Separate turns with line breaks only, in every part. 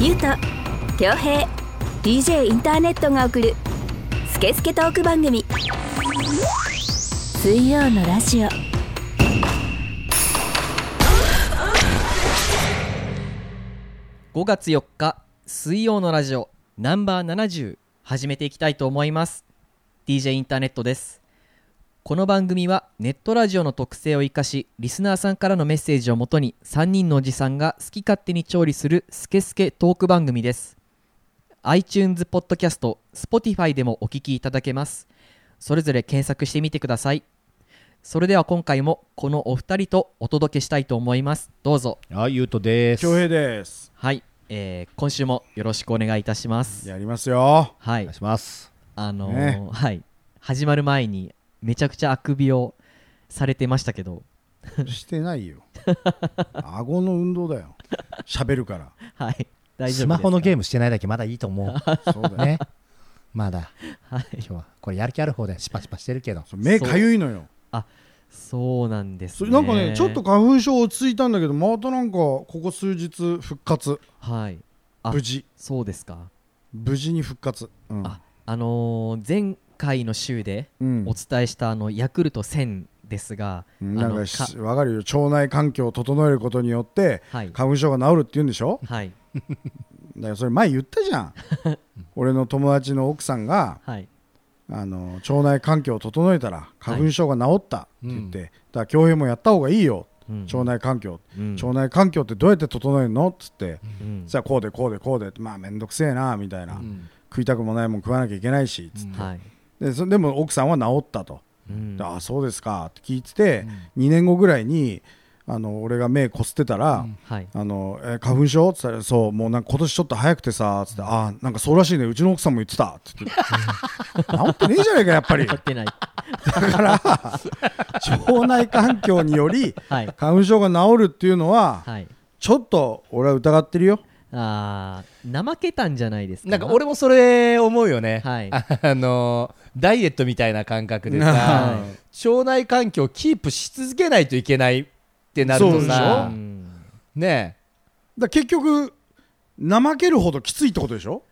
ゆうと恭平 DJ インターネットが送る「スケスケトーク番組」水曜のラジオ
5月4日水曜のラジオナンバー70始めていきたいと思います DJ インターネットですこの番組はネットラジオの特性を生かしリスナーさんからのメッセージをもとに3人のおじさんが好き勝手に調理するスケスケトーク番組です iTunes ポッドキャスト Spotify でもお聞きいただけますそれぞれ検索してみてくださいそれでは今回もこのお二人とお届けしたいと思いますどうぞ
あゆうとです
恭平です
はい、えー今週もよろしくお願いいたします。
やりま すよ
は
お
い
願い、します
あのー
ね
はい、始まる前にめちゃくちゃあくびをされてましたけど、
してないよ顎の運動だよ喋るか
はい、大丈夫です
スマホのゲー
ム、
ムしてないだけまだいいと思 う
らそうだよ、
ねまだ
はい、
今日はこれやる気ある方でシパシパしてるけど
そう目かゆいのよ
そうなんです
そ
ね。
れなんかねちょっと花粉症落ち着いたんだけどまたなんかここ数日復活
はい、あ
無事
そうですか。
無事に復活うん
あ、あのー前回の週で
うん
お伝えしたあのヤクルト1000ですが、
うん
あ
なん
の
かしわかるよ腸内環境を整えることによって
はい、
花粉症が治るって言うんでしょ
はい、
だからそれ前言ったじゃ ん俺の友達の奥さんが
はい、
あの腸内環境を整えたら花粉症が治ったって言って、
は
だから恭平もやった方がいいよ、
うん
腸、内環境、
うん
腸内環境ってどうやって整えるのっつって、
うん
さあこうでこうでこうでってまあ面倒くせえなみたいな、
うん
食いたくもないもん食わなきゃいけないしつって、
はい、
でそでも奥さんは治ったと、
うん
でああそうですかって聞いてて、2年後ぐらいにあの俺が目こすってたら、
はい、
あのえー花粉症って言ったらそうもうなんか今年ちょっと早くてさつってああなんかそうらしいねうちの奥さんも言ってたって言 って治ってねえじゃねえかやっぱり
やってない、
だから腸内環境により
はい、
花粉症が治るっていうのは
はい。
ちょっと俺は疑ってるよ
あー怠けたんじゃないですか
なんか俺もそれ思うよね、
はい
あのダイエットみたいな感覚でさ、
は
腸内環境をキープし続けないといけないってなると
そうでし
う
さ
ん
ね
だから結局怠けるほどきついってことでしょ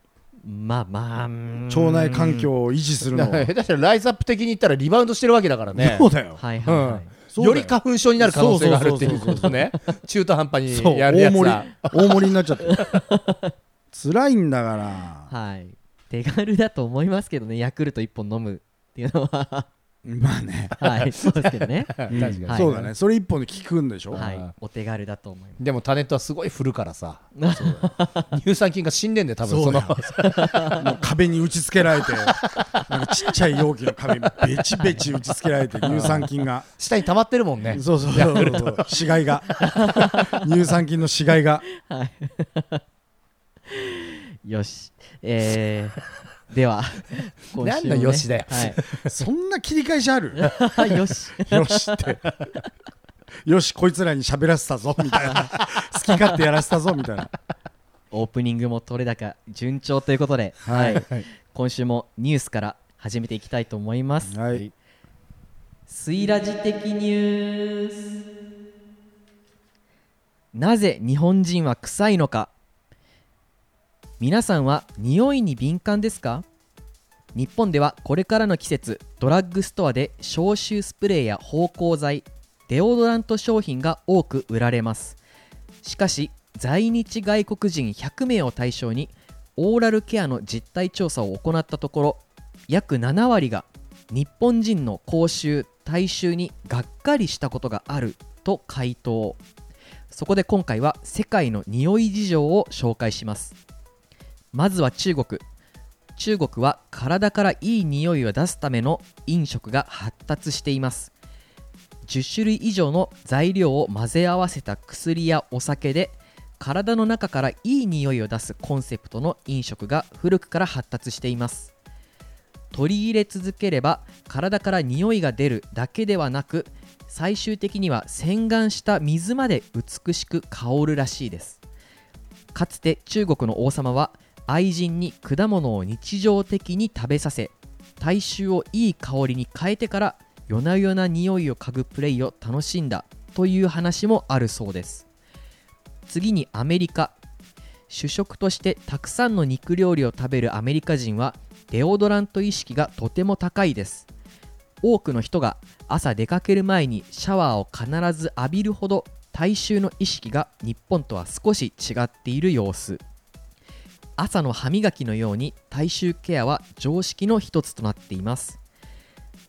まあまあうん
腸内環境を維持す
え
る
だ
の
か
は
ら下手したらライズアップ的に言ったらリバウンドしてるわけだからね
そうだよ
はいはいは
そうだ
より花粉症になる可能性があるっていう
そうそ
こ
うそうそ
と
う
ね中途半端
そう
にや
大
るやつ
盛り
だ
大盛りになっち ゃってる辛いんだから
いはい手軽だと思いますけどねヤクルト1本飲むっていうの は
まあね
はいそうですけどね
うん
確か
はい
そうだねそれ一本で効くんでしょ
はいお手軽だと思い
でもタネットはすごい振るから さ
ます
乳酸菌が死んでんだよ多分
そ
そう
だ
の
よもう壁に打ち付けられてなんかちっちゃい容器の壁にベチベチ打ち付けられて乳酸菌が
下に溜まってるもんね
そうそうそうそう死骸が乳酸菌の死骸が
よしえーでは今週もね
何のよしだよ
そんな切り返しある
はい よし
よしってよしこいつらに喋らせたぞみたいな好き勝手やらせたぞみたいな
オープニングも取れ高順調ということではい今週もニュースから始めていきたいと思います
はい
スイラジ的ニュースなぜ日本人は臭いのか皆さんは匂いに敏感ですか日本ではこれからの季節ドラッグストアで消臭スプレーや芳香剤デオドラント商品が多く売られますしかし在日外国人100名を対象にオーラルケアの実態調査を行ったところ約7割が日本人の口臭体臭にがっかりしたことがあると回答そこで今回は世界の匂い事情を紹介しますまずは中国中国は体からいい匂いを出すための飲食が発達しています10種類以上の材料を混ぜ合わせた薬やお酒で体の中からいい匂いを出すコンセプトの飲食が古くから発達しています取り入れ続ければ体から匂いが出るだけではなく最終的には洗顔した水まで美しく香るらしいですかつて中国の王様は愛人に果物を日常的に食べさせ大衆をいい香りに変えてから夜な夜な匂いを嗅ぐプレイを楽しんだという話もあるそうです次にアメリカ主食としてたくさんの肉料理を食べるアメリカ人はデオドラント意識がとても高いです多くの人が朝出かける前にシャワーを必ず浴びるほど大衆の意識が日本とは少し違っている様子朝の歯磨きのように大衆ケアは常識の一つとなっています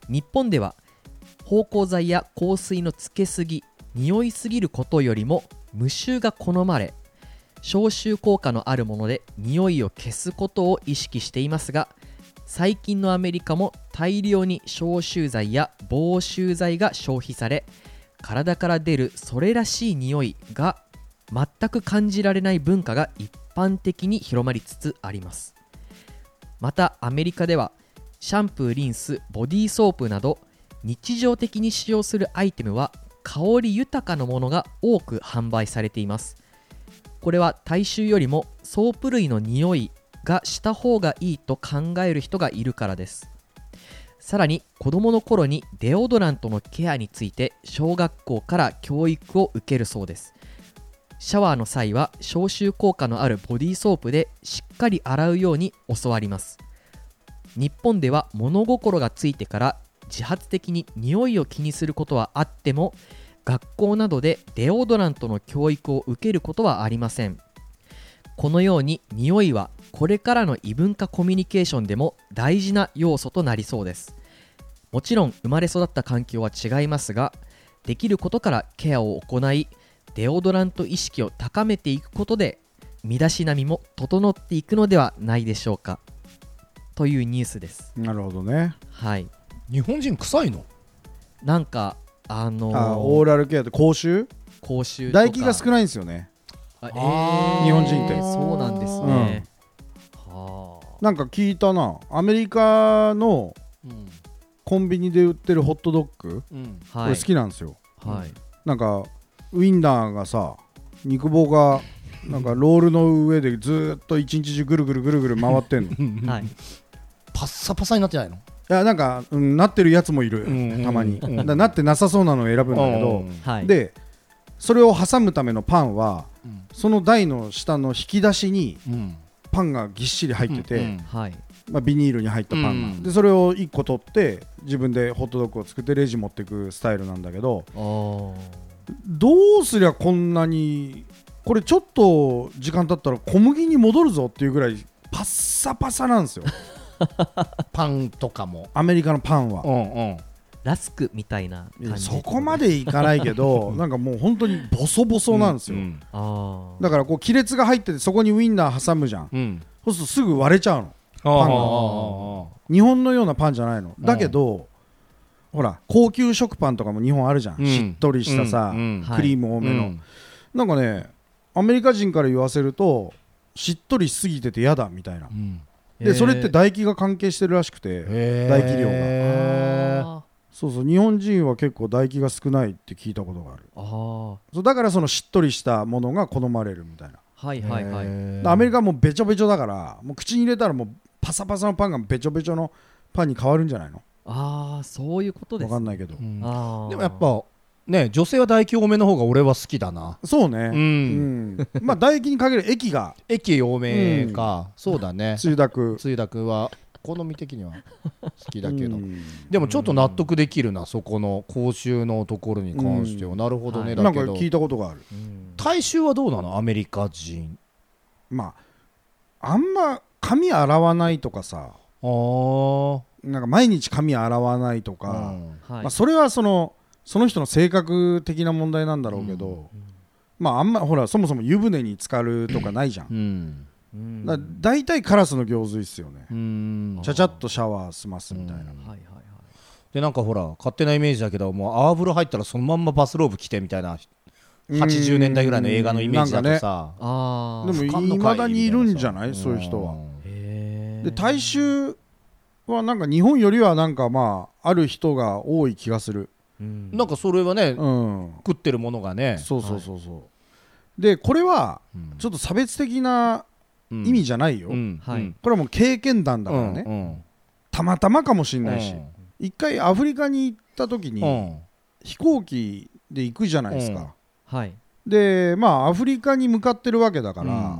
日本では芳香剤や香水のつけすぎ匂いすぎることよりも無臭が好まれ消臭効果のあるもので匂いを消すことを意識していますが最近のアメリカも大量に消臭剤や防臭剤が消費され体から出るそれらしい匂いが全く感じられない文化が一般的に広まりつつありますまたアメリカではシャンプーリンスボディーソープなど日常的に使用するアイテムは香り豊かなものが多く販売されていますこれは大衆よりもソープ類の匂いがした方がいいと考える人がいるからですさらに子どもの頃にデオドラントのケアについて小学校から教育を受けるそうですシャワーの際は消臭効果のあるボディーソープでしっかり洗うように教わります日本では物心がついてから自発的に匂いを気にすることはあっても学校などでデオドラントの教育を受けることはありませんこのように匂いはこれからの異文化コミュニケーションでも大事な要素となりそうですもちろん生まれ育った環境は違いますができることからケアを行いデオドラント意識を高めていくことで身だしなみも整っていくのではないでしょうかというニュースです
なるほどね
はい
日本人臭いの
なんかあのー
あオーラルケアって口臭
口臭とか
唾液が少ないんですよね
あ
あ
ー日本人って
そうなんですね、はあ
なんか聞いたなアメリカの
うん
コンビニで売ってるホットドッグ、
うん
こ
はい
れ好きなんですよ
はい
なんかウインナーがさ肉棒がなんかロールの上でずーっと一日中ぐるぐるぐるぐる回ってんのい
はい
パッサパサになってないの
やなんか、うん、なってるやつもいる、
うんうん
たまに、
うん
だからなってなさそうなのを選ぶんだけど、
はい
でそれを挟むためのパンは
うん
その台の下の引き出しに
うん
パンがぎっしり入ってて、
うんうん
はい
まあ、ビニールに入ったパンが、
うん
でそれを1個取って自分でホットドッグを作ってレジ持っていくスタイルなんだけど
あー
どうすりゃこんなにこれちょっと時間経ったら小麦に戻るぞっていうぐらいパッサパサなんで すよ
パンとかも
アメリカのパンは。
うんうん
ラスクみたいない
や
感じ
そこまでいかないけどなんかもう本当にボソボソなんですよ、
うん
あー
だからこう亀裂が入っててそこにウインナー挟むじゃん
うん
そうするとすぐ割れちゃうの
あああああ
日本のようなパンじゃないのだけど、ほら高級食パンとかも日本あるじゃん、
うん
しっとりしたさ、
うん
はい
クリーム多めの、
うん
なんかねアメリカ人から言わせるとしっとりしすぎてて嫌だみたいな、
うん
へ
で
ー
それって唾液が関係してるらしくて
大
大企業が
あ
そうそう日本人は結構唾液が少ないって聞いたことがある
ーあ
そうだからそのしっとりしたものが好まれるみたいな、
ーはいはいはい
アメリカはもうべちょべちょだからもう口に入れたらもうパサパサのパンがべちょべちょのパンに変わるんじゃないの
ああそういうことで
わ
す
かんないけど、
うん
あー
でもやっぱね女性は唾液多めの方が俺は好きだな
そうね、
うん
うんまあ唾液に限る液が
液多めかそうだね
通濁
つゆだくは好み的には好きだけど
うん
でもちょっと納得できるなそこの口臭のところに関して
う
はなるほど
は
ね
い
な
だ
んか
けど
聞いたことがある
うん
大衆はどうなのアメリカ人
まああんま髪洗わないとかさ
ああ
なんか毎日髪洗わないとか、
はい
まあ、それはそのその人の性格的な問題なんだろうけど、まああんまほらそもそも湯船に浸かるとかないじゃん、
うん
うん
だ大体カラスの行水っすよね
うん
ちゃちゃっとシャワー済ますみたいな、
はいはいはい
でなんかほら勝手なイメージだけどもう泡風呂入ったらそのまんまバスローブ着てみたいな80年代ぐらいの映画のイメージだとさ、
あ
な
あ
んかね
不
でも
可能
いまだにいるんじゃな
う
いそういう人は
へえ
で大衆はなんか日本よりはなんかまあある人が多い気がする
うん
なんかそれはね、
うん
食ってるものがね、
そうそうそうそう、でこれはちょっと差別的な意味じゃないよ、
うん
はい
これはもう経験談だからね、
うん
たまたまかもしれ
うん
ないし、
うん
一回アフリカに行った時に、
うん
飛行機で行くじゃないですか、
はい
でまあアフリカに向かってるわけだから、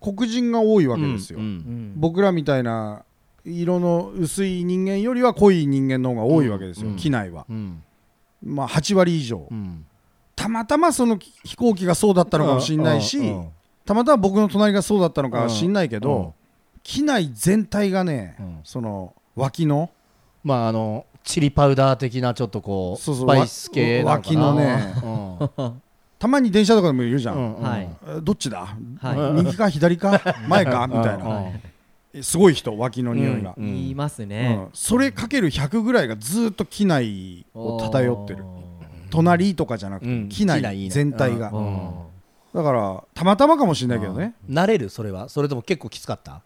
黒人が多いわけですよ、
うん
うん
僕らみたいな色の薄い人間よりは濃い人間の方が多いわけですよ、
うん
機内は、
うん
まあ、8割以上、
うん
たまたまその飛行機がそうだったのかもしれないし、
うんうん
たまたま僕の隣がそうだったのかは知んないけど、
うん
機内全体がね、
うん
その脇の
まああのチリパウダー的なちょっとこう
そうそう
スパイス系なのかな
わ脇のね
うん
たまに電車とかでもいるじゃ、
うんん
はい
えどっちだ、
は
右か左 か前かみたい
うん
なすごい人脇の匂いが、
う
い、
ん
言います
うん
ね、
それかける100ぐらいがずっと機内を漂ってる隣とかじゃなくて、
うん
機
機内いい
内
ね
全体が、
おー
うん
だからたまたまかもしれないけどね、
慣れるそれはそれとも結構きつかった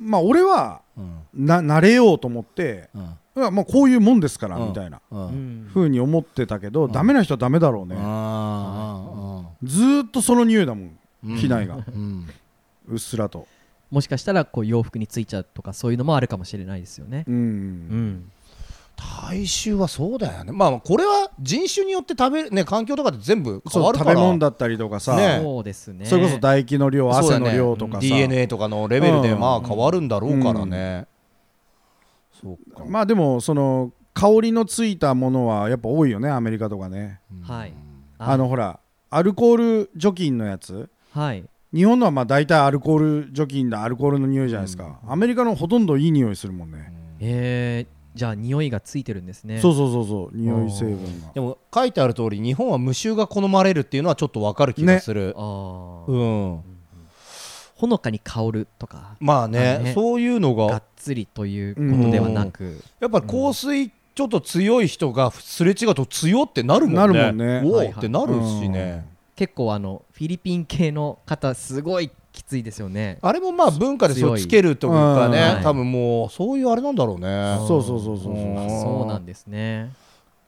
まあ俺は
うん
な慣れようと思って
うん
いやもうこういうもんですから、
うん
みたいな
う
うんん
ふうに思ってたけど、ダメな人はダメだろうね、
あ
ずーっとその匂いだもん
ーうん
機内が、う
うん
っすらと
もしかしたらこう洋服についちゃうとかそういうのもあるかもしれないですよね
う、
うんん
大衆はそうだよねまあこれは人種によって食べね環境とかで全部変
そ
わ
う
るか
食
ら
べ物だったりとかさ、
ね
そうですね
それこそ唾液の量
そうだ
汗
ね
の量とかさ、
DNA とかのレベルで
うん
まあ変わるんだろうからね、そうか
まあでもその香りのついたものはやっぱ多いよねアメリカとかね
はい
あのほらアルコール除菌のやつ
はい
日本のはまあ大体アルコール除菌だアルコールの匂いじゃないですか、アメリカのほとんどいい匂いするもんね、
えー、じゃあ匂いがついてるんですね
そうそうそうそう匂い成分が
でも書いてある通り日本は無臭が好まれるっていうのはちょっとわかる気がする、
あー
うん
ほのかに香るとか
まあね
あね
そういうの
が
が
っつりということではなく、
やっぱり香水ちょっと強い人がすれ違うと強ってなるもんね
なるもんね
お
はい
お
はい
ってなるしね、
結構あのフィリピン系の方すごいきついですよね
あれもまあ文化でそう
強い
つけるというかね、
うんはい
多分もうそういうあれなんだろうね
そうそうそうそうそう
うん
あそうなんですね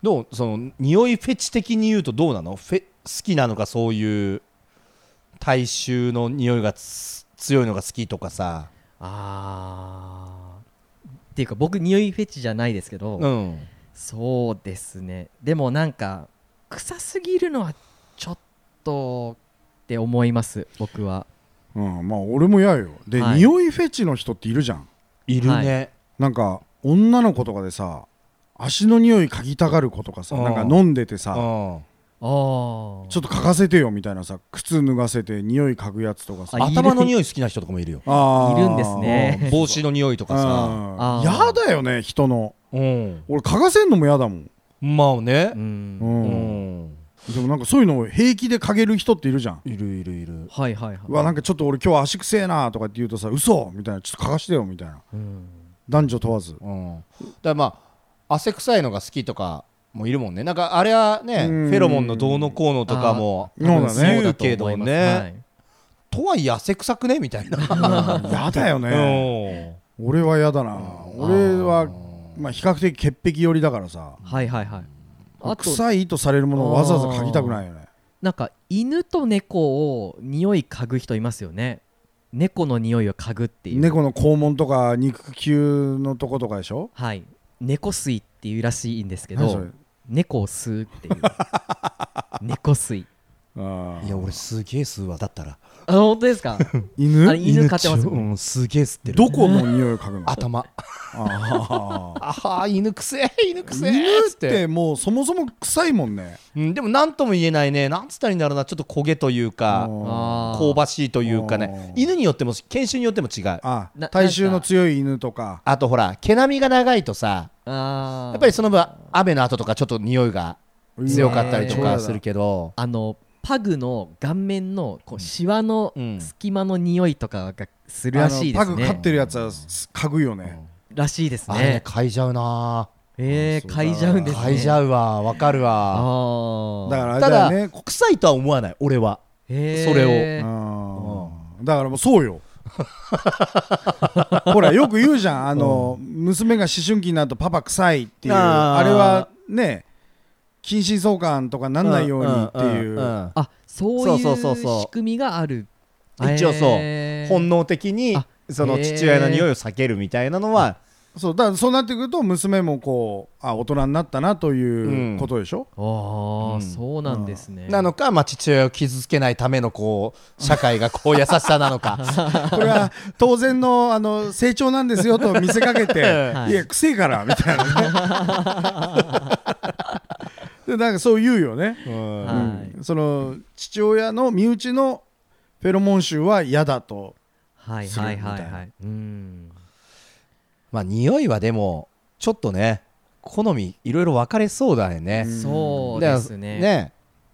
どうその匂いフェチ的に言うとどうなのフェ好きなのかそういう大衆の匂いがつ強いのが好きとかさ
あーっていうか僕匂いフェチじゃないですけど、
うん
そうですねでもなんか臭すぎるのはちょっとって思います僕は
うん、まあ俺も嫌よで、
はい
匂いフェチの人っているじゃん
いるね、
なんか女の子とかでさ足の匂い嗅ぎたがる子とかさ
うん
なんか飲んでてさ
あー
ちょっと嗅がせてよみたいなさ靴脱がせて匂い嗅ぐやつとかさ
う
あ
ん、頭の匂い好きな人とかもいるよ
あー
いるんですね
うん帽子の匂いとかさ
あ
あ
ー
ー
やだよね人の
うん
俺嗅がせんのもやだもん、
まあね
う、ん
う
うんん、
でもなんかそういうのを平気で嗅げる人っているじゃん
いるいるいる
はいはいはいう
わなんかちょっと俺今日足くせえなとかって言うとさ嘘みたいなちょっと嗅がしてよみたいな
うん
男女問わず
うん、だからまあ汗臭いのが好きとかもいるもんねなんかあれはね
うん
フェロモンのどうのこうのとかも
あそうだね
言うけどね、
はい
とはいえ汗臭くねみたいな、
やだよね
ね、
俺はやだな俺はまあ比較的潔癖寄りだからさ
はいはいはいあと
臭いとされるものをわざわざ嗅ぎたくないよね
なんか犬と猫を匂い嗅ぐ人いますよね猫の匂いを嗅ぐっていう、
猫の肛門とか肉球のとことかでしょ
はい猫吸いっていうらしいんですけ
何それ
ど猫を吸うっていう猫吸い
あ
いや俺すげえ吸うわだったら
あ本当です かあれ
犬
犬飼ってます
超うん、すげえ吸ってる
どこの匂いを嗅ぐの
頭
あ ー
あは犬くせえ犬くせえ
犬
っつ
っ
って
てもうそもそも臭いもんね
うん、でも何とも言えないねなんつったらいいんだろうなちょっと焦げというか
あー
香ばしいというかね
あー
犬によっても犬種によっても違う
あ
な
体臭の強い犬とか
あとほら毛並みが長いとさ
あー
やっぱりその分雨の後とかちょっと匂いが強かったりと
うわ
かするけど、
あのパグの顔面のこうシワの
うん
隙間の匂いとかがするらしいで
あ
す
のパグ飼っ
ね、
てるやつはす嗅ぐよね
らしいです
あれね
ね
嗅いじゃうな
えー、嗅いじゃうんですね
嗅いじゃうわわかるわ
ああ、
だかららあ
た
れだ
だ、
よね
臭いとは思わない俺は
えー
それを
あーだからもうそうよほらよく言うじゃんあの娘が思春期になるとパパ臭いっていう
あー
あれはね近親相関とかなんないようにってい
んんう
う
ん
あそうい
そう
う
そうそうそう
仕組みがある
一応そう
えー
本能的に
あ
その
へー
父親の匂いを避けるみたいなのは
そうだからそうなってくると娘もこうあ大人になったなと
う
い
ん
うことでしょ、
ああ、
うん
そうなんですね。
なのか、まあ、父親を傷つけないためのこう社会がこう優しさなのか
これは当然のあの成長なんですよと見せかけて、
い
い、や、くせえからみたいなね。でなんかそう言うよね、
うん
はい
うんその父親の身内のフェロモン臭は嫌だと、
はい
する
は
み
い
たいな
はいはい。うん。
まあ匂いはでもちょっとね好みいろいろ分かれそうだよね、
うん
そう
だから
ですね。
ね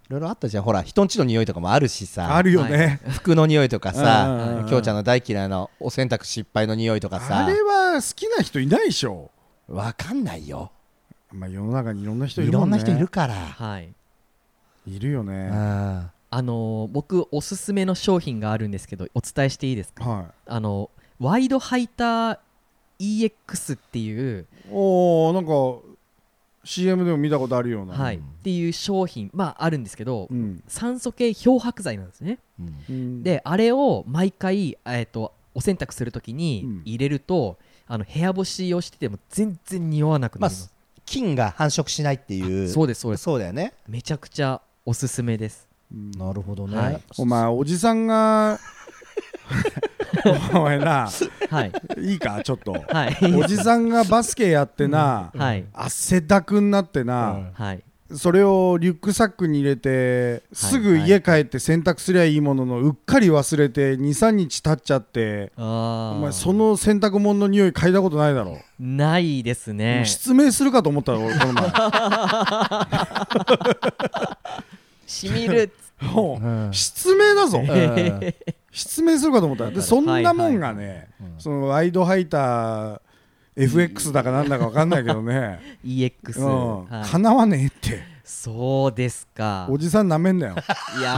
いろいろあったじゃんほら人んちの匂いとかもあるしさ
あるよね、
服の匂いとか
うんうん
さ
うん
きょうちゃんの大嫌いなお洗濯失敗の匂いとか
あ
さ
れは好きな人いないでしょ、
分かんないよ
まあ、世の中にいろんな人い
い
るも
ろん
んね
な人いるから、
はい。
いるよ
う
ね、
ん
あのー僕おすすめの商品があるんですけどお伝えしていいですか。
は
あのワイドハイター EX っていう、
い、おーなんか CM でも見たことあるような、
はい、っていう商品まああるんですけど、
うん
酸素系漂白剤なんですね。
うん
うん、
であれを毎回、えー、とお洗濯するとき
う
に
ん
入れると、あの部屋干しをしてても全然匂わなくなります、
菌が繁殖しないっていう
そうですそうです
そうだよね
めちゃくちゃおすすめです
うん
なるほどね、
はい
お前おじさ んがお前な
はい
いいかちょっと
はい
おじさんがバスケやってな、
はい
汗だくになって
うん
な、
はい
それをリュックサックに入れてすぐ家帰って洗濯すりゃいいもののうっかり忘れて23日経っちゃって
あ
お
ー
前その洗濯物の匂い嗅いだことないだろ、
ないです
も
ね
う失明するかと思ったよ俺この前
しみるっつっ
もう
うん
失明だぞ、
うん
失明するかと思ったよでそんなもんがね、
うん
そのワイドハイター FX だかなんだか分かんないけどね、
て EX、
うん、
は
かなわねえって
い、そうですか
おじさんなめんな よ
いや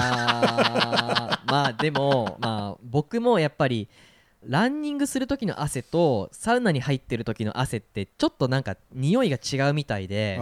ー まあでも、まあ、僕もやっぱりランニングする時の汗とサウナに入ってる時の汗ってちょっとなんか匂いが違うみたいで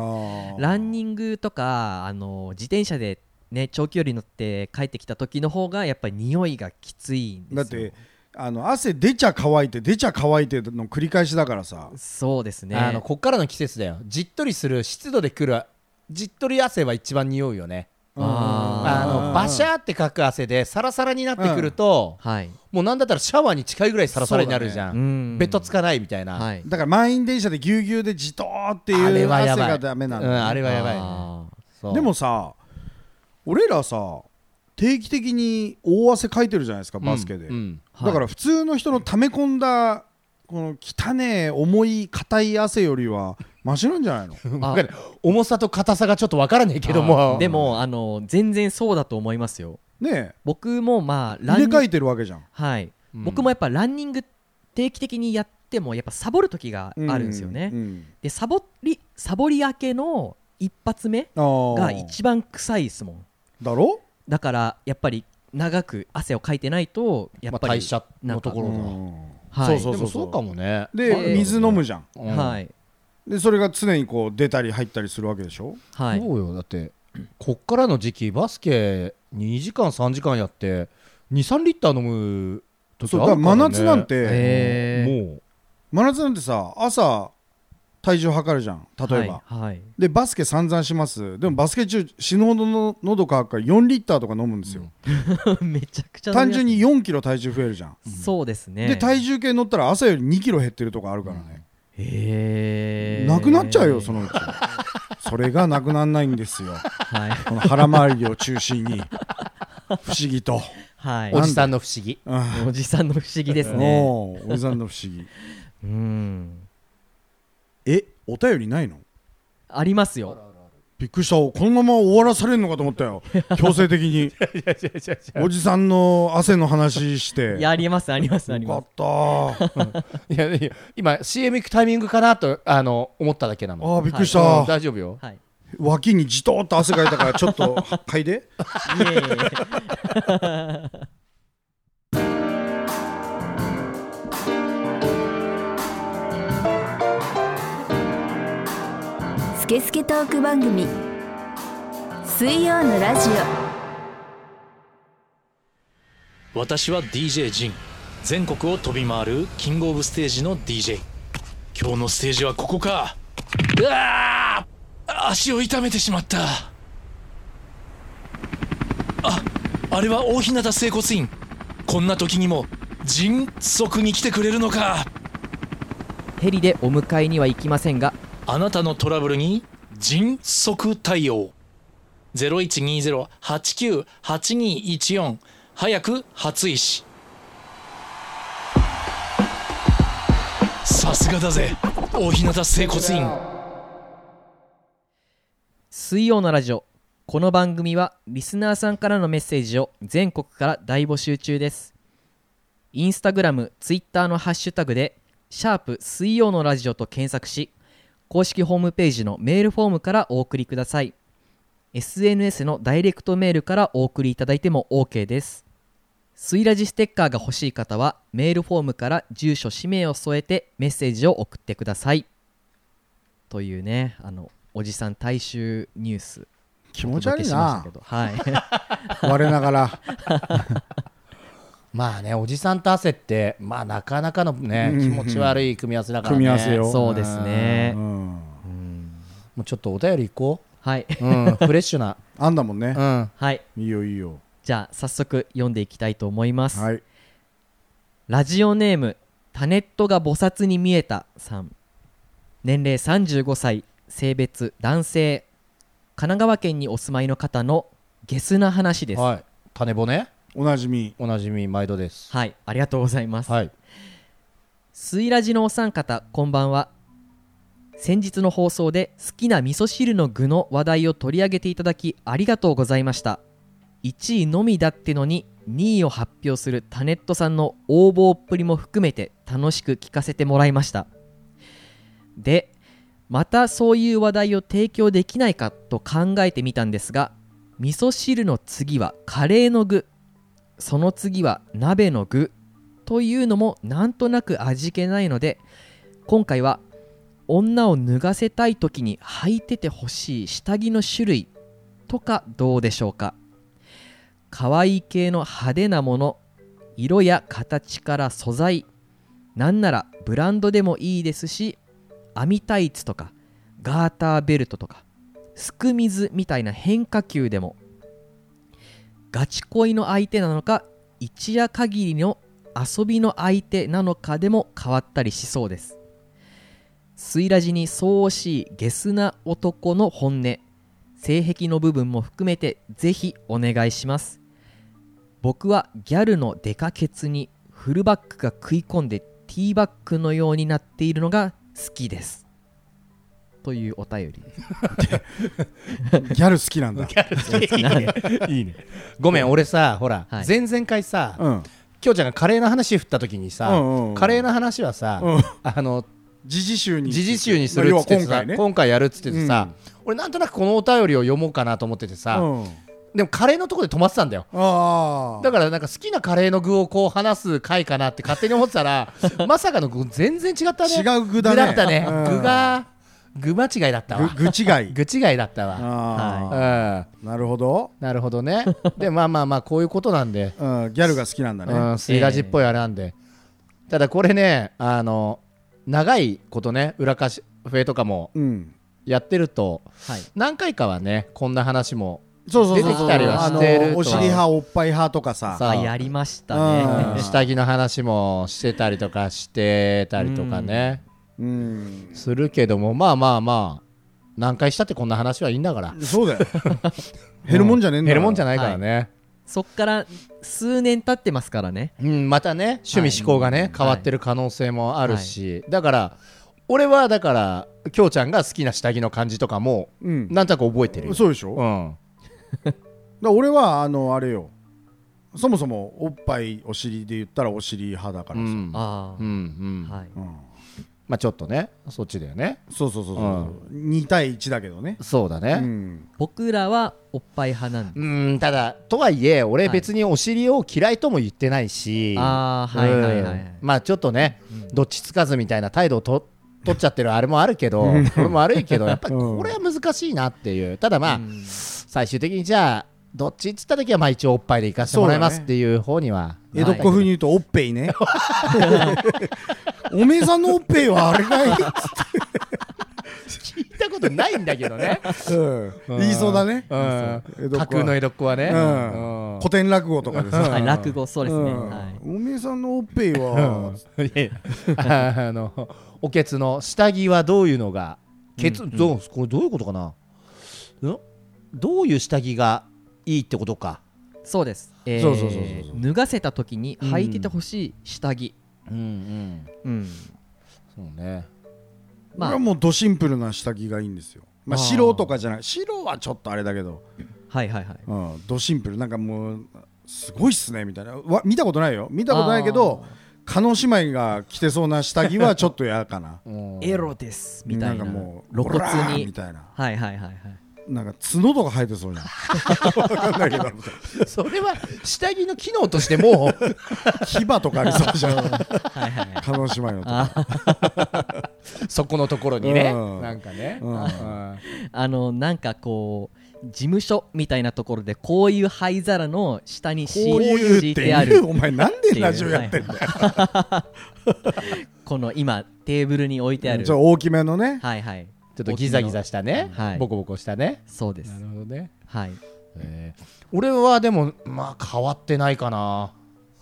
ラン
ン
ニングとかあの自転車で、ね、長距離乗って帰ってきた時の方がやっぱり匂いがきついんですよ
だってあの汗出ちゃ乾いて出ちゃ乾いての繰り返しだからさ
そうですね
あのこっからの季節だよじっとりする湿度でくるじっとり汗は一番匂うよねあ
あー
のバシャーってかく汗でサラサラになってくると、
はい
もうなんだったらシャワーに近いぐらいサラサラになるじゃ、
うんん
ベッドつかないみたいな、
はい
だから満員電車でぎゅうぎゅうでじとーって
あれ
いう
はや
汗
ばい
がダメなんだ
う
ね、
んあれはやばいね
あー
そう
でもさ俺らさ定期的に大汗かいてるじゃないですかバスケで、
うんうん
はい
だから普通の人の溜め込んだこの汚え重い硬い汗よりはマシなんじ ゃないの
あ
わかる重さと硬さがちょっとわからねえけ
あ
ども
ーでもあの全然そうだと思いますよ
ね
僕もまあ
え
ランニ
入れ
ング
替えてるわけじゃん
はい、
うん
僕もやっぱランニング定期的にやってもやっぱサボる時があるんですよね、
ううん
でサボりサボり明けの一発目
あー
が一番臭いですもん
だろ
だからやっぱり長く汗をかいてないとやっ
まあ
ぱり、
代謝のとこ
う
ろが、
ん
はい
そうそう
でもそうかもね
で
えー
水飲むじゃん
うん
はい
でそれが常にこう出たり入ったりするわけでしょ
はい
そうよだってこっからの時期バスケ2時間3時間やって23リッター飲む時
そ
ある
うだ
か、
からら
ね、
真夏なんて、
へー
もう
真夏なんてさ朝体重測るじゃん例えば、
はい、はい
でバスケ散々しますでもバスケ中死ぬほどの喉乾くから4リッターとか飲むんですよ、
めちゃくちゃ飲みます
単純に4キロ体重増えるじゃん、
そうですね
で体重計乗ったら朝より2キロ減ってるとかあるからね、
へー
なくなっちゃうよそのうちそれがなくならないんですよ
はい
この腹回りを中心に不思議と、
はい
おじさんの不思議
う ん
おじさんの不思議ですね
おうおじさんの不思議
うん
えお便りないの
ありますよ
びっくりしたこのまま終わらされるのかと思ったよ強制的におじさんの汗の話して
いやありますありますあり
よか
ます
ったー
いやいや今 CM 行くタイミングかなとあの思っただけなの
あーびっくりした、
うん大丈夫よ
はい
脇にじとーっと汗かいたからちょっと 嗅いで
いえいえいえ
スケスケトーク番組水曜のラジオ
私は DJ ジン全国を飛び回るキングオブステージの DJ 今日今日のステージはここかうわあ足を痛めてしまったああれは大日向整骨院こんな時にも迅速に来てくれるのか
ヘリでお迎えには行きませんが
あなたのトラブルに迅速対応0120-89-8214早く初石さすがだぜ大日向整骨院
水曜のラジオこの番組はリスナーさんからのメッセージを全国から大募集中ですインスタグラムツイッターのハッシュタグで「シャープ水曜のラジオ」と検索し公式ホームページのメールフォームからお送りください SNS のダイレクトメールからお送りいただいても OK です水ラジステッカーが欲しい方はメールフォームから住所氏名を添えてメッセージを送ってくださいというねあのおじさん大衆ニュース
気
お
持ち
届
悪
け
い
し ましたけ
な
どはい
我ながら
まあねおじさんと汗ってまあなかなかのね
うん
気持ち悪い組み合わせだからね
組み合わせよ
そうですね
うん
もうちょっとお便り行こ
はい、
う、うん、フレッシュな、
あんだもんね
うん、
はい、
いいよいいよ
じゃあ早速読んでいきたいと思います、
はい
ラジオネームタネットが菩薩に見えたさん年齢35歳性別男性神奈川県にお住まいの方のゲスな話ですはい、
はい種骨
おなじみ
おなじみ毎度です
ありがとうございます、
はい
スイラジのお三方こんばんは先日の放送で好きな味噌汁の具の話題を取り上げていただきありがとうございました1位のみだってのに2位を発表するタネットさんの応募っぷりも含めて楽しく聞かせてもらいましたでまたそういう話題を提供できないかと考えてみたんですが味噌汁の次はカレーの具その次は鍋の具というのもなんとなく味気ないので今回は女を脱がせたい時に履いててほしい下着の種類とかどうでしょうか可愛い系の派手なもの色や形から素材なんならブランドでもいいですし網タイツとかガーターベルトとかすく水みたいな変化球でもガチ恋の相手なのか一夜限りの遊びの相手なのかでも変わったりしそうですスイラジに相応しいゲスな男の本音性癖の部分も含めてぜひお願いします僕はギャルのデカケツにフルバックが食い込んでティーバックのようになっているのが好きですというお便り
ギャル好きなんだ
いいねごめん俺さほら、
はい
前々回さ、
うん
きょうちゃんがカレーの話振った時にさ、
うんうんうん
カレーの話はさ、
うん
あの
時事集に
時事集にするっ
まあ
つって
要は今
さ、
回ね
今回やるっつっててさ、俺なんとなくこのお便りを読もうかなと思っててさ、
うん
でもカレーのとこで止まってたんだよ
ああ
だからなんか好きなカレーの具をこう話す回かなって勝手に思ってたらまさかの具全然違ったね
違う具だね
だったね、
うん
具が具間違いだったわ
ぐ具違い
具違いだったわう
あ
ん
あなるほど
なるほどねでまあまあまあこういうことなんで、
うんギャルが好きなんだ
う
ね
ん、スイラジっぽいあれなんで、ただこれねあの長いことね裏カフェとかも
うん
やってると
はい
何回かはねこんな話も
そうそうそう
出てきたりはしてると
あのお尻派おっぱい派とかさ
さ
あやりました
う
ね
ん
下着の話もしてたりとかしてたりとかね、
うん
するけどもまあまあまあ何回したってこんな話はいいんだから
そ うだよ減るもんじゃねえんだ
減るもんじゃ
ない
ないからね、
そっから数年経ってますからね
うん、またね趣味思考がね、
い
変わってる可能性もあるし、だから俺はだからきょうちゃんが好きな下着の感じとかも
うん
なんとなく覚えてるよ、
そうでしょ
う
だか
ん、
ら俺はあのあれよそもそもおっぱいお尻で言ったらお尻派だか
う
らさ
ん
あ
うんうん
あはい
うん
まあちょっとねそっちだよね
そうそうそうそう2対1だけどね
そうだ
う
ね
ん
僕らはおっぱい派なんで
うんただとはいえ俺
はい
別にお尻を嫌いとも言ってないし、
あーはいはいはいはい
うんまあちょっとね、どっちつかずみたいな態度をと取っちゃってるあれもあるけど俺も悪いけどやっぱりこれは難しいなっていうただまあ、
うん
最終的にじゃあどっちっつった時はまあ一応おっぱいで行かせてもらいますっていう方には、
江戸っ子風に言うとおっぺいねおめえさんのおっぺいはあれかい
聞いたことないんだけどね。
うん言いそうだね。
うん
江戸っ子は
架空の江戸っ子はね。
うん古典落語とかでさ。
はい、落語そうですね、
うん
はい、
おめえさんのおっぺいは、
うんいやいやあのおけつの下着はどういうのがケツ、どうこれどういうことかな、ん、どういう下着がいいってことか
そうです、えー
そうそうそうそうそ
脱がせた時に履いててほしい下着、
うんうん
うん
そうね
ま
まは
あ
もうドシンプルな下着がいいんですよ。まあ、
あー
白とかじゃない白はちょっとあれだけど、
はいはいはい
うん、ドシンプルなんかもうすごいっすねみたいなわ見たことないよ見たことないけど叶姉妹が着てそうな下着はちょっと嫌かな
エロですみたいな
なんかもう
露
オラ
骨
ー
に
みたいな
はいはいはいはい
なんか角とか生えてそうじゃん わかんないけど
それは下着の機能としてもう
牙とかありそうじゃん
はいはいはい
叶姉妹のとか
あ
そこのところにね、
うん
なんかね、
うん
うん
あのなんかこう事務所みたいなところでこういう灰皿の下に敷
こういう
敷
っ
い
て
てあ
い
る
うお前なんでラジオやってんだよ、
この今テーブルに置いてある
ちょっと大きめのね
はいはい
ちょっとギザギザしたね、
はい
ボコボコしたね
そうです
なるほどね、
はい
えー俺はでもまあ変わってないかな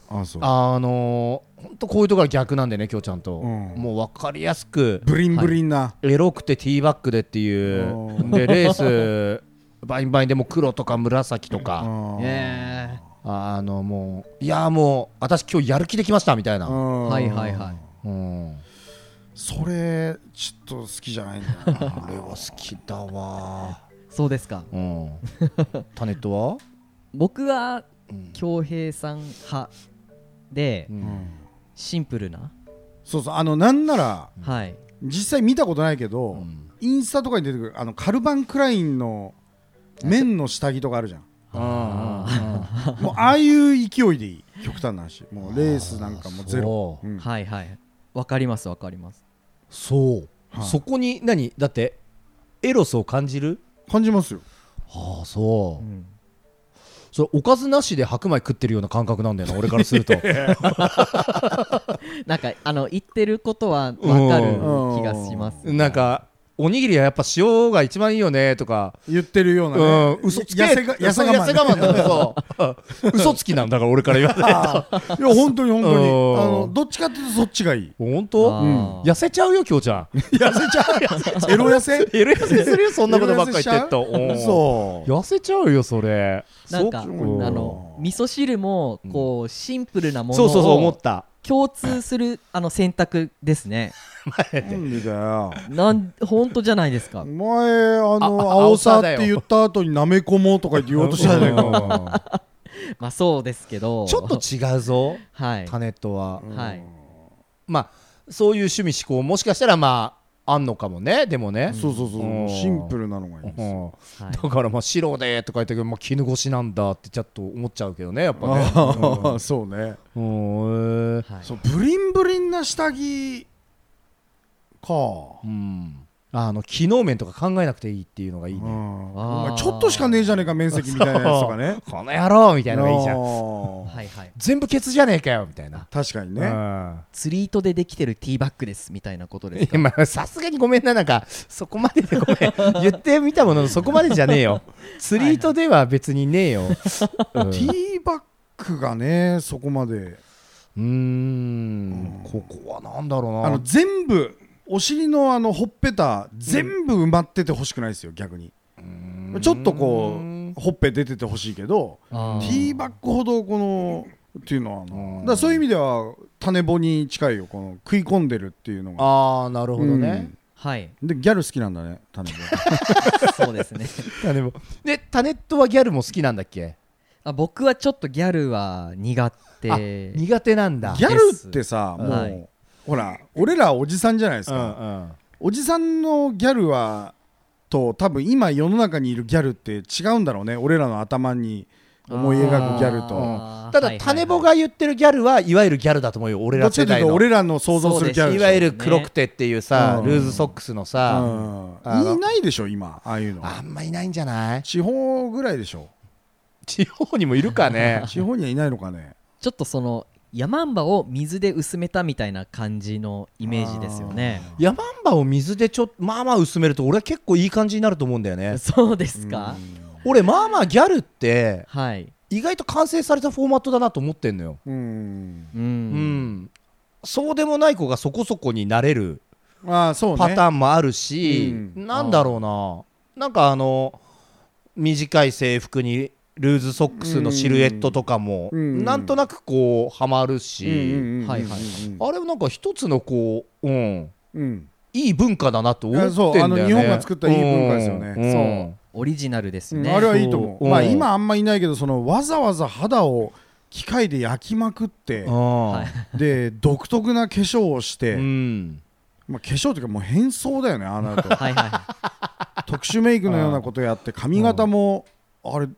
あそう
あのー、ほんとこういうところは逆なんでね今日ちゃんと、
うん
もう分かりやすく
ブリンブリンな、
エロくてティーバッグでっていう
うん
でレースバインバインでもう黒とか紫と
う
か
ん
え
あのもういやーもう私今日やる気できましたみたいな、
え
うん
はいはいはい
うん、
それちょっと好きじゃないんだよ な
俺は好きだわ
そうですか
ー、うん、タネットは、
僕は
うん
恭平さん派で
うん
シンプルな
そうそうあのなんなら
はい
実際見たことないけど、
ん
インスタとかに出てくるあのカルバン・クラインの綿の下着とかあるじゃん
あ
もうああいう勢いでいい極端な話もうレースなんかもゼロ
そう、
うん
はいはいわかりますわかります
そう
はい
そこに何だってエロスを感じる
感じますよ
ああそうう、
ん
それおかずなしで白米食ってるような感覚なんだよな俺からすると
なんかあの言ってることはわかる
うん
気がします
なんかおにぎりはやっぱ塩が一番いいよねとか、
言ってるような
うん
ね、
嘘つき
痩せが痩せ
我
我慢
慢だよそう嘘つきなんだから俺から言わ ない
ああいや本当に
う
本当にあ
ん
のどっちかっていうとそっち がいい
本
あ
当
ー
痩せちゃうよ今日ちゃん
痩せちゃうエロ痩せ
エロ痩せするよそんなことばっかり言ってっとうん
そう
痩せちゃうよそれ
なんかあ
そううん
の味噌汁もこうシンプルなもの
そうそうそう思
を
った
共通するあの選択ですね
なんでだよ
なん本当じゃないですか
お前あの
あ
青さっ
青さだ
て
よ
言った後になめこもとか言おうとしたじゃないか
うん
まあそうですけど
ちょっと違うぞ
はい
タネットは
はい
まあそういう趣味思考もしかしたらまああんのかもねでもね
そうそう
う
そ
ん
うシンプルなのがいいです
うん
はい
だからまあ白でとか言ったけど、まあ、絹ごしなんだってちょっと思っちゃうけどねやっぱね
ああそうね
うんへえ
はい
そうブリンブリンな下着か
うんあの機能面とか考えなくていいっていうのがいい
うん
ね
お前ちょっとしかねえじゃねえか面積みたいなやつとか ね
この野郎みたいなのがいいじゃん
ああ
はいはい
全部ケツじゃねえかよみたいな
確かに
う
ね
ん
釣り糸でできてるティーバッグですみたいなことで
い
すか
やまあさすがにごめんななんかそこまででごめん言ってみたもののそこまでじゃねえ よ釣り糸では別にねえようん
ティーバッグがねそこまで
うーんここはなんだろうな
あの全部お尻のあのほっぺた全部埋まっててほしくないですよ逆にちょっとこうほっぺ出ててほしいけど
あ
テ
ー
ィーバッグほどこのっていうのはあの
うん
だからそういう意味では種棒に近いよこの食い込んでるっていうのが
ああなるほどね、
はい
でギャル好きなんだね種棒
そうです ね
タネボでタネットはギャルも好きなんだっけ
あ僕はちょっとギャルは苦
あ
手
苦手なんだ
ギャルってさ
で
も
す
う、
はい
ほら俺らおじさんじゃないです
うんう
か、
ん
おじさんのギャルはと多分今世の中にいるギャルって違うんだろうね俺らの頭に思い描くギャルと
あー
た
はいは
だ
いはい
タネボが言ってるギャルはいわゆるギャルだと思うよ俺
ど
ら
っち
世
かと
代
いうと
の
俺らの想像するギャル
い
でしょ
わゆる黒くてっていうさ
うん
ルーズソックスのさあ
う
の
ん、いないでしょ今ああいうの
あんまいないんじゃない
地方ぐらいでしょ
地方にもいるかね
地方にはいないのかね
ちょっとそのヤマンバを水で薄めたみたいな感じのイメージですよね
ヤマンバを水でちょっとまあまあ薄めると俺は結構いい感じになると思うんだよね
そうですか
俺まあまあギャルって
はい
意外と完成されたフォーマットだなと思ってんのよ
うん
う
うん、
ん
そうでもない子がそこそこになれる
ああそうね
パターンもあるし、
う
なんだろうななんかあの短い制服にルーズソックスのシルエットとかも、
うん
なんとなくこうはまるし、
うんうんうんうん
はいはい
あれはなんか一つのこう、うん、
うん
いい文化だなと思ってんだよね
いやそうあの日本が作ったいい文化ですよね
うん
そうオリジナルです
うん
ね、
あれはいいと思う
そう
まあ
うん
今あんまいないけどそのわざわざ肌を機械で焼きまくって
うん
はい
で独特な化粧をして、
うん
まあ、化粧というかもう変装だよねああな ると
はいはいは
特殊メイクのようなことやって髪型もあれ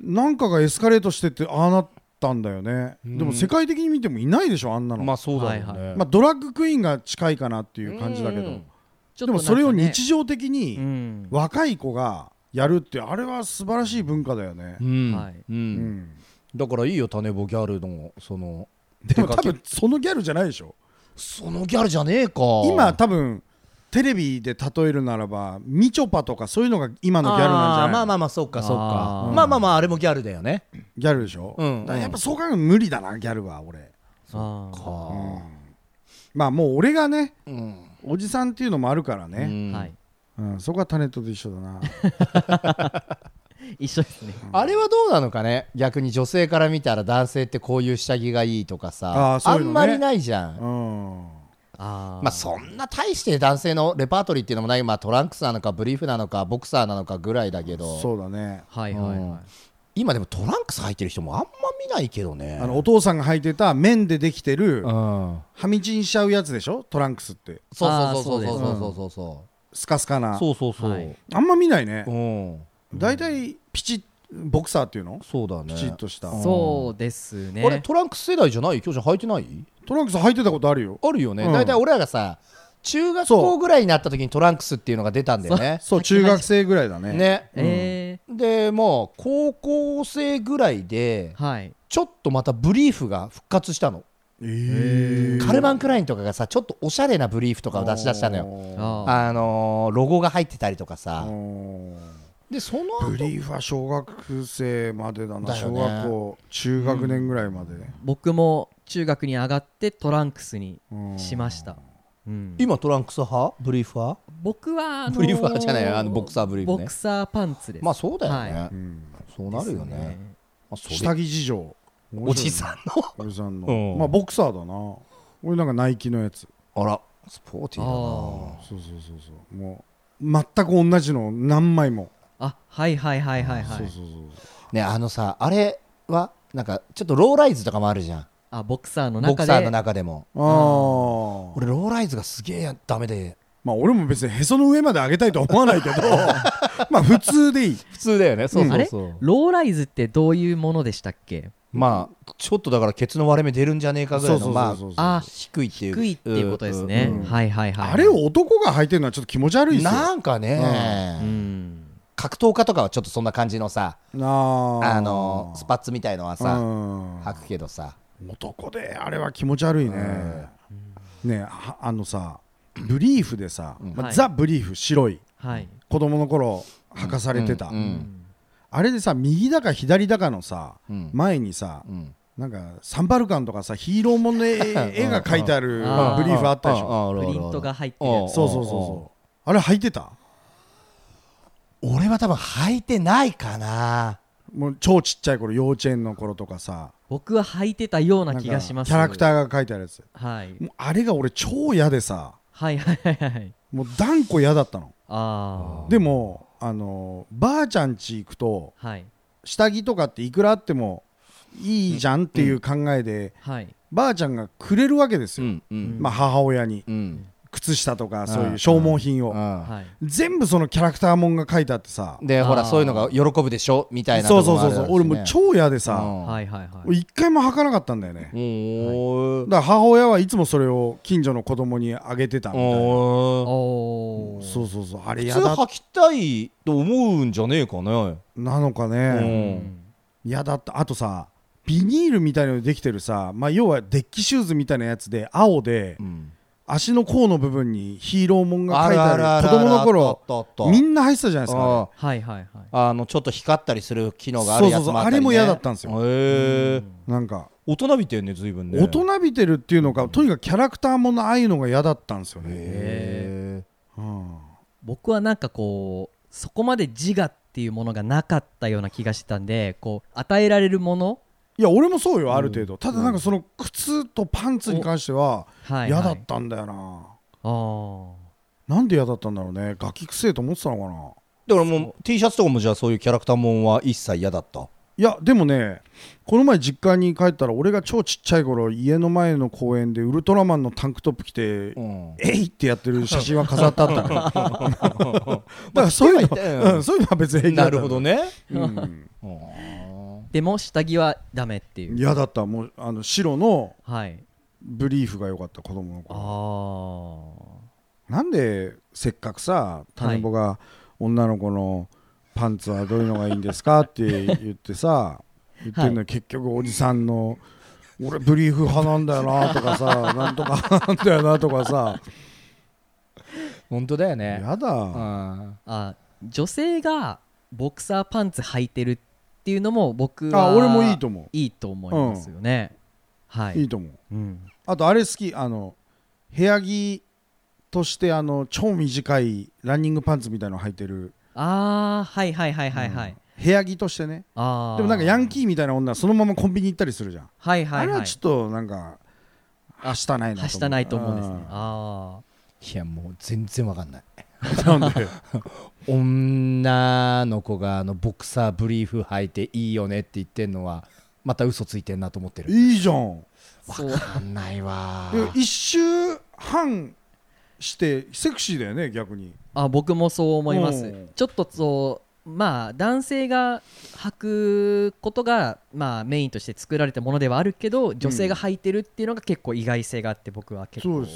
なんかがエスカレートしてってああなったんだよね、
うん
でも世界的に見てもいないでしょあんなの、
ま
ま
あそうだよね、
はい
あ、ドラッグクイーンが近いかなっていう感じだけど、
うん
い
でもそれを
常
日常的
う
に
ん
若い子がやるってあれは素晴らしい文化だよね
う、ん
はい
うん
うん
だからいいよ種ボギャルのその
でも
出
多
かけ
分そのギャルじゃないでしょ
そのギャルじゃねえか
今多分テレビで例えるならばみちょぱとかそういうのが今のギャルなんじゃ
あー
ない
まあまあまあそうかそう
あ
か
ー
まあまあまああれもギャルだよね
ギャルでしょ、
うん
だからやっぱそう考えると無理だなギャルは俺
あー
は
まあもう俺がね
あうん
おじさんっていうのもあるから
う
ね、
ん
はい
うんそこはタネットと一緒だ な
一緒ですね
あれはどうなのかね逆に女性から見たら男性ってこういう下着がいいとか
あー
さ
そ
あ
ういうの
ん
ね
まりないじゃん
うん
あー
まあそんな大して男性のレパートリーっていうのもないまあトランクスなのかブリーフなのかボクサーなのかぐらいだけど
そうだね
はいはいはい
今でもトランクス履いてる人もあんま見ないけどね
あのお父さんが履いてた綿でできてる
うん
はみちんしちゃうやつでしょトランクスって
そう
あー
そうそ
そう
うそう
です
そうそうそうそ
スカスカ
う
な
そうそうそう、
はい
あんま見ないね
うん
大体ピチッボクサーっていうの
そうだね
ピチッとした
そうですね
あれトランクス世代じゃないきょうちゃん履いてない
トランクス履いてたことあるよ
あるよね、
うん
大体俺らがさ中学
そう
校ぐらいになった時にトランクスっていうのが出たんだよね
そう中学生ぐらいだね
ね
え
でもう高校生ぐらいで
ー、はい
ちょっとまたブリーフが復活したの
え
カルバン・クラインとかがさちょっとおしゃれなブリーフとかを出し出したのよ
よ
あー
あのーロゴが入ってたりとかさでその
ブリーフは小学生までだな
だよ
小
ね
学校中学年ぐらいまで
僕も中学に上がってトランクスにしました、うん、
今トランクス派ブリーフ派
僕はあの
ブリーフはじゃないあのボクサーブリーフね
ボクサーパンツです
まあそうだよね、
は
うん
そうなるよね
です
まあそれ
下着事情
おじさんの
んおじさん
う
の
ん
まあボクサーだな俺なんかナイキのやつ
あらスポーティー
あ
そうそうそうそうもう全く同じの何枚も
ああはいはいはいはいはい
そうそうそう
だなねあのさあれはなんかちょっとローライズとかもあるじゃん
あボクサーの
ボ
中
ク
で
サーの中でも
ああ
俺ローライズがすげえダメで
まあ俺も別にへその上まで上げたいとは思 わないけどまあ普通でいい
普通だよねそう
あれローライズってどういうものでしたっけ
まあちょっとだからケツの割れ目出るんじゃねえかぐらいのま
そうそうそうそう
あ
あ
低いっていう
低いっていうことですね、
うん
はいはいはい
あれを男が履いてるのはちょっと気持ち悪いですよ
なんか
う
ね
ん
格闘家とかはちょっとそんな感じのさ
あー
あのスパッツみたいのは
う
さ
ん
履くけどさ
男であれは気持ち悪いねねえはあのさブリーフでさ、まあ
はい
ザ・ブリーフ白い
はい
子供の頃履かされてた、
うんうん
あれでさ右だか左だかのさ、
うん
前にさ
うん
なんかサンバルカンとかさヒーローもんの絵絵が描いてあるブリ
あー
ーフあったでしょ
ああああある
プ
あるあ
リ
る
ントが入ってるや
あ
つ
そうそうそうそうあれ履いてた
俺は多分履いてないかな
もう超ちっちゃい頃幼稚園の頃とかさ
僕は履いてたような気がします
キャラクターが書いてあるやつ
はい
もうあれが俺超嫌でさ
はいはいはいはい
もう断固嫌だったの
あ
でもあのばあちゃん家行くと
あはい
下着とかっていくらあってもいいじゃんっていう考えで、
はい
ばあちゃんがくれるわけですよ、
んうん
まあ、母親に
うん
靴下とかそう
う
い
ん
う消耗品を、
はい
全部そのキャラクターもんが書いてあってさ
でほ
あ
ら
ー
そういうのが喜ぶでしょみたいな
そう
の
そう
もあ
そう
るだろ
そう
うしね
俺もう超嫌で
う
さ
ん
はいはいはい
俺一回も履かなかったんだよね
おー
だから母親はいつもそれを近所の子供にあげてたみたい
お
な
ー
おー
そうそうそうあれ
普
嫌
通
だ
履きたいと思うんじゃねえかね
なのか
う
ね
ん
嫌だったあとさビニールみたいのでできてるさ、まあ、要はデッキシューズみたいなやつで青で、
ん
足の甲の部分にヒーローもんが書いて
あら
あ
あらあ
る子
ら
供の
あったあったあっ
頃
た
みんな入ってたじゃないですかあれ
はいはいはい
あのちょっと光ったりする機能があるやつもあったり、ね、
そうそうそうあれも嫌だったんですよ
へえ
なんか
大人びてんね随分ね
大人びてるっていうのかとにかくキャラクターものああいうのが嫌だったんですよね、
へ
うん
僕はなんかこうそこまで自我っていうものがなかったような気がしてたんでこう与えられるもの
いや俺もそうよある程度、ただなんかその靴とパンツに関しては
はい、
嫌
はい、
だったんだよな、
あー
なんで嫌だったんだろうねガキくせえと思ってたのかな
だからもう T シャツとかもじゃあそういうキャラクターもんは一切嫌だった
いやでもねこの前実家に帰ったら俺が超ちっちゃい頃家の前の公園でウルトラマンのタンクトップ着て、
ん
えいってやってる写真は飾ってあ ったのだからそういう
まあ手はいたよ
の、うん、そういうのは別に平気だ
な
った
る
の
ほどね
うん
でも下着はダメっていう
嫌、だったもうあの白の
はい
ブリーフが良かった子供の
あ
頃
あ
なんでせっかくさ種ボが女の子のパンツはどういうのがいいんですかって言って さ言ってんのに、
は
結局おじさんの俺ブリーフ派なんだよなとか さなんとかなんだよなとかさ
本当だよね
や
う
だ
ん
あ女性がボクサーパンツ履いてるっていうのも僕は
あ俺もいいと思う
いいと思いますよね、はい
いいと思う
うん、
あとあれ好きあの部屋着としてあの超短いランニングパンツみたいの履いてる
ああはいはいはいはいはい、
部屋着としてね
ああ
でもなんかヤン
ー
キーみたいな女はそのままコンビニ行ったりするじゃん
はいは
あ
い
れ
は
はいちょっとなんかはしたないな
はしたないと思うんですね
ん
あ
いやもう全然わかんない女の子があのボクサーブリーフ履いていいよねって言ってんのはまた嘘ついてんなと思ってる
いいじゃん
あそう
わかんないわ
で一周半してセクシーだよね逆に
あ僕もそう思います
うん
ちょっとそうまあ男性が履くことが、まあ、メインとして作られたものではあるけど女性が履いてるっていうのが結構意外性があって僕は結構
よ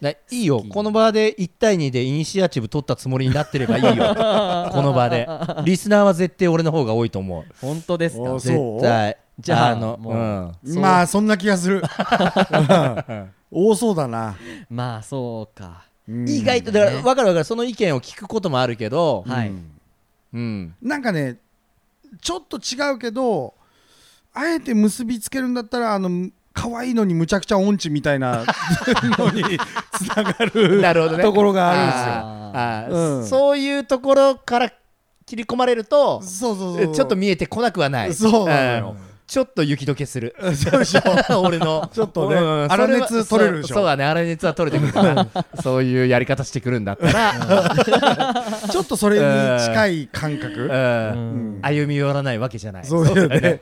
ねいいよ
好き
この場で1対2でイニシアチブ取ったつもりになってればい いよこの場でリスナーは絶対俺の方が多いと思う
本当ですか
あそう
絶対
じゃあ
の
もう
うん
そう
まあそんな気が する多そうだな、
まあそうか
うん
意外とだから分かる分かるその意見を聞くこともあるけど、
はい、
うん、
なんかねちょっと違うけどあえて結びつけるんだったらあの可愛いのにむちゃくちゃ音痴みたいな のにつながる
なるほどね
ところがあるんですよ
あーあー
うん
そういうところから切り込まれると
そうそう
え
そう
ちょっと見えてこなくはない
そうなのよ
んちょっと雪解けする
そうでしょ
俺の
ちょっとね
うんうんそれは
粗熱取れるでし
そ
ょ
うそうだね粗熱は取れてくるからそういうやり方してくるんだったら
ちょっとそれに近い 感
う
覚、
うんん
歩み寄らないわけじゃない
そうだよ ね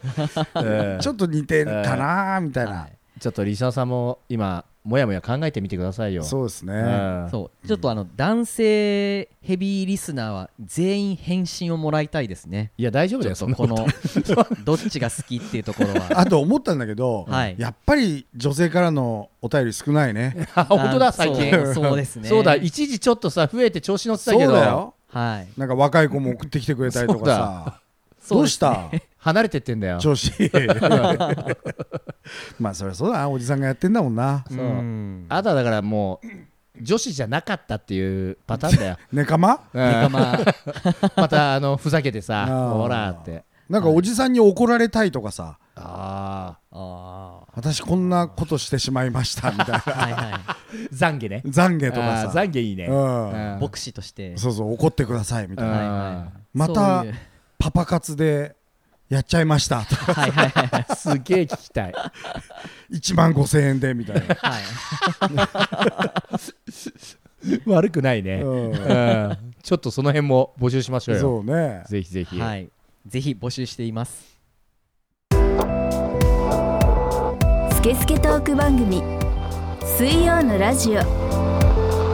うん
ちょっと似てんかなみたいな、
はい
ちょっとリスナーさんも今もやもや考えてみてくださいよ
そうですね、
うん
そうちょっとあの男性ヘビーリスナーは全員返信をもらいたいです ね
いや大丈夫
ちょ
だよ
っ
そ
と
んな
このどっちが好きっていうところは
あと思ったんだけど、
はい
やっぱり女性からのお便り少ないね。
あ本当だ最近
そうそうですね
そうだ一時ちょっとさ増えて調子乗ってた
そう
け
だ
ど
よ。
はい
なんか若い子も送ってきてくれたりとかさ。 どうした、
離れてってんだよ
調子。 まあそりゃそうだな、おじさんがやってんだもんな。
そううん
あとはだからもう女子じゃなかったっていうパターン だよ
ねかま
うん
メカマ
またあのふざけてさ
あー
ほらって
なんかおじさんに怒られたいとかさ、
あ
あ
私こんなことしてしまいましたみたいな。
ーはいはい
ー懺悔ね
懺悔と
あ
か
ー
さ。
懺悔いいね
うん
うん
牧師として
そうそう、怒ってくださいみたい
うん
な。
はいはい
また
そういう
パパ活でやっちゃいましたとか。
はいはいはいはい
すげえ聞きた い
1万5千円でみたい な。
悪くないね
う
う
ん
んちょっとその辺も募集しましょうよ
そうね。
ぜひぜひ
はいぜひ募集しています
スケスケトーク番組水曜のラジオ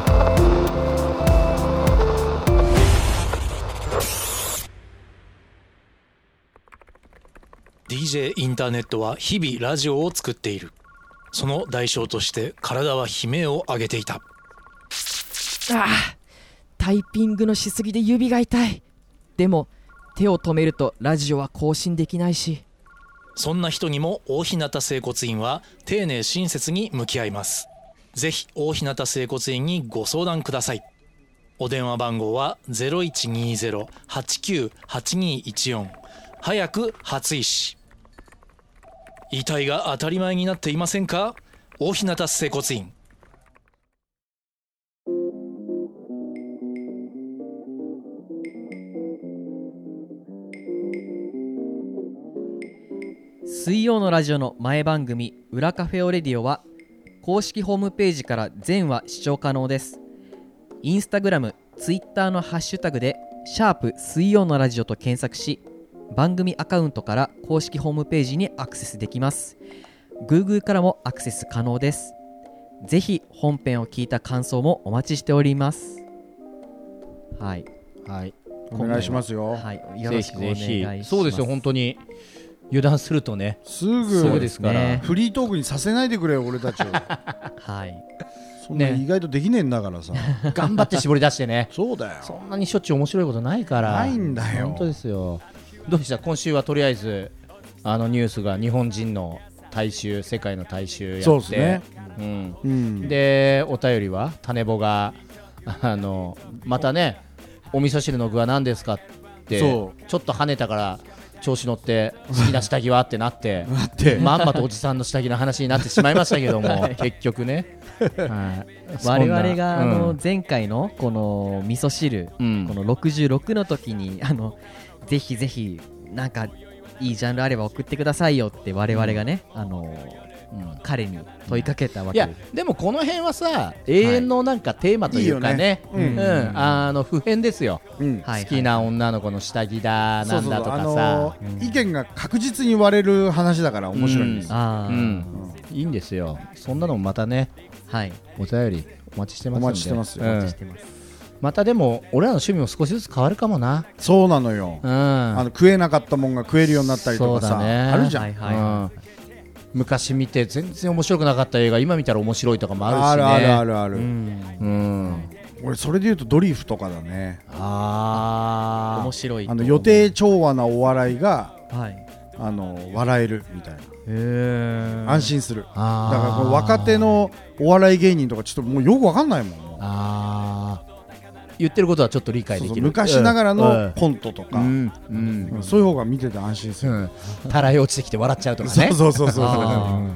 「DJ インターネット」は日々ラジオを作っているその代償として体は悲鳴を上げていた
タイピングのしすぎで指が痛いでも手を止めるとラジオは更新できないし
そんな人にも大日向整骨院は丁寧親切に向き合いますぜひ大日向整骨院にご相談くださいお電話番号は0120-89-8214早く初医師遺体が当たり前になっていませんか大日向整骨院
水曜のラジオの前番組「裏カフェオレディオ」は公式ホームページから全話視聴可能ですインスタグラムツイッターのハッシュタグで「シャープ水曜のラジオ」と検索し番組アカウントから公式ホームページにアクセスできます Google からもアクセス可能ですぜひ本編を聞いた感想もお待ちしておりますはい
はい、
お願いしますよ、
はいよろしくお願いします
そうですよ本当に油断するとね
すぐ
そうですから
ね
フリートークにさせないでくれよ俺 たちを
はい
そんな
ね
意外とできねえんだからさ、
頑張って絞り出してね
そうだよ
そんなにしょっちゅう面白いことないから
ないんだよ
本当ですよどうでした今週はとりあえずあのニュースが日本人の大衆世界の大衆やって
そうですね、
うん、
うん、
でお便りは種ぼが あのまたねお味噌汁の具は何ですかってちょ
そ
っと跳ねたから調子乗って好きな下着はってなって まんまとおじさんの下着の話になってしまいましたけど も、結局ね、はいそ
我
んな
々があ
う
の
ん
前回のこの味噌汁、
うん
この66の時にあのぜひぜひなんかいいジャンルあれば送ってくださいよって我々がね、あの
うん
彼に問いかけたわ
い
け
やでもこの辺はさ永遠のなんかテーマというかね
いいよ
う
ね
んうんあの普遍ですよ、
うん
はい
好きな女の子の下着だ
そ
な
うそ
ん
う
だ
そう
とか
あ
さ
のー意見が確実に割れる話だから面白いんです、
あー、
うん、いいんですよそんなのもまたね
はい
お便りお待ちしてますんで
お待ちしてますよ
うん
お待ちしてます、
またでも俺らの趣味も少しずつ変わるかもな
そうなのよ、
うん
あの食えなかったもんが食えるようになったりとか
そう
さ、
だね
あるじゃん、
はいはいは
うん昔見て全然面白くなかった映画今見たら面白いとかもあるしね
あるあるあるある、
うん
うん
俺それで言うとドリフとかだね
あ
面
ー
白い
あの予定調和なお笑いが
はい
あの笑えるみたいな安心するだ
あ
からこの若手のお笑い芸人とかちょっともうよくわかんないもんもう
あー言ってることはちょっと理解
そ
で
うそ
き
う
る
昔ながら
うん
のコントとか、
うんうん
うんそういう方が見てて安心す
う
る、
んたらい落ちてきて笑っちゃうとか
そ
ね
うそうそうそうそう
あ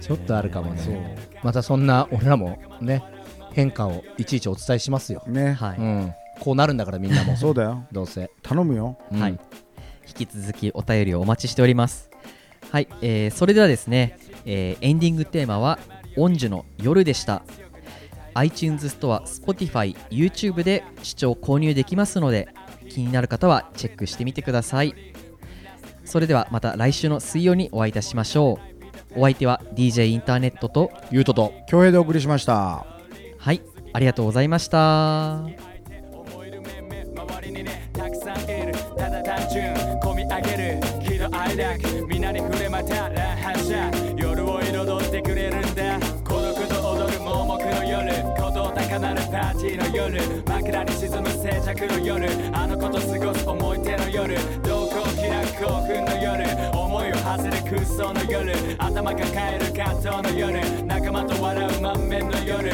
ちょっとあるかもねまたそんな俺らもね変化をいちいちお伝えしますよ、
ー
ね、
はい、
うん、こうなるんだからみん なも
そうだよ
どうせ、
頼むよ
うん
はい、引き続きお便りをお待ちしておりますはい、えーそれではですね、えーエンディングテーマは「オンジュの夜」でした iTunes ストア Spotify、YouTube で視聴購入できますので気になる方はチェックしてみてくださいそれではまた来週の水曜にお会いいたしましょうお相手は DJ インターネットと
ゆうとと
恭平でお送りしました
はいありがとうございました
思える面々周りにねたくさんいるただ単純込み上げる喜怒哀楽皆に触れまた乱反射夜を彩ってくれるんだ孤独と踊る盲目の夜鼓動高鳴るパーティーの夜枕に沈む静寂の夜あの子と過ごす思い出の夜瞳孔開く興奮の夜思いを馳せる空想の夜頭抱える葛藤の夜仲間と笑う満面の夜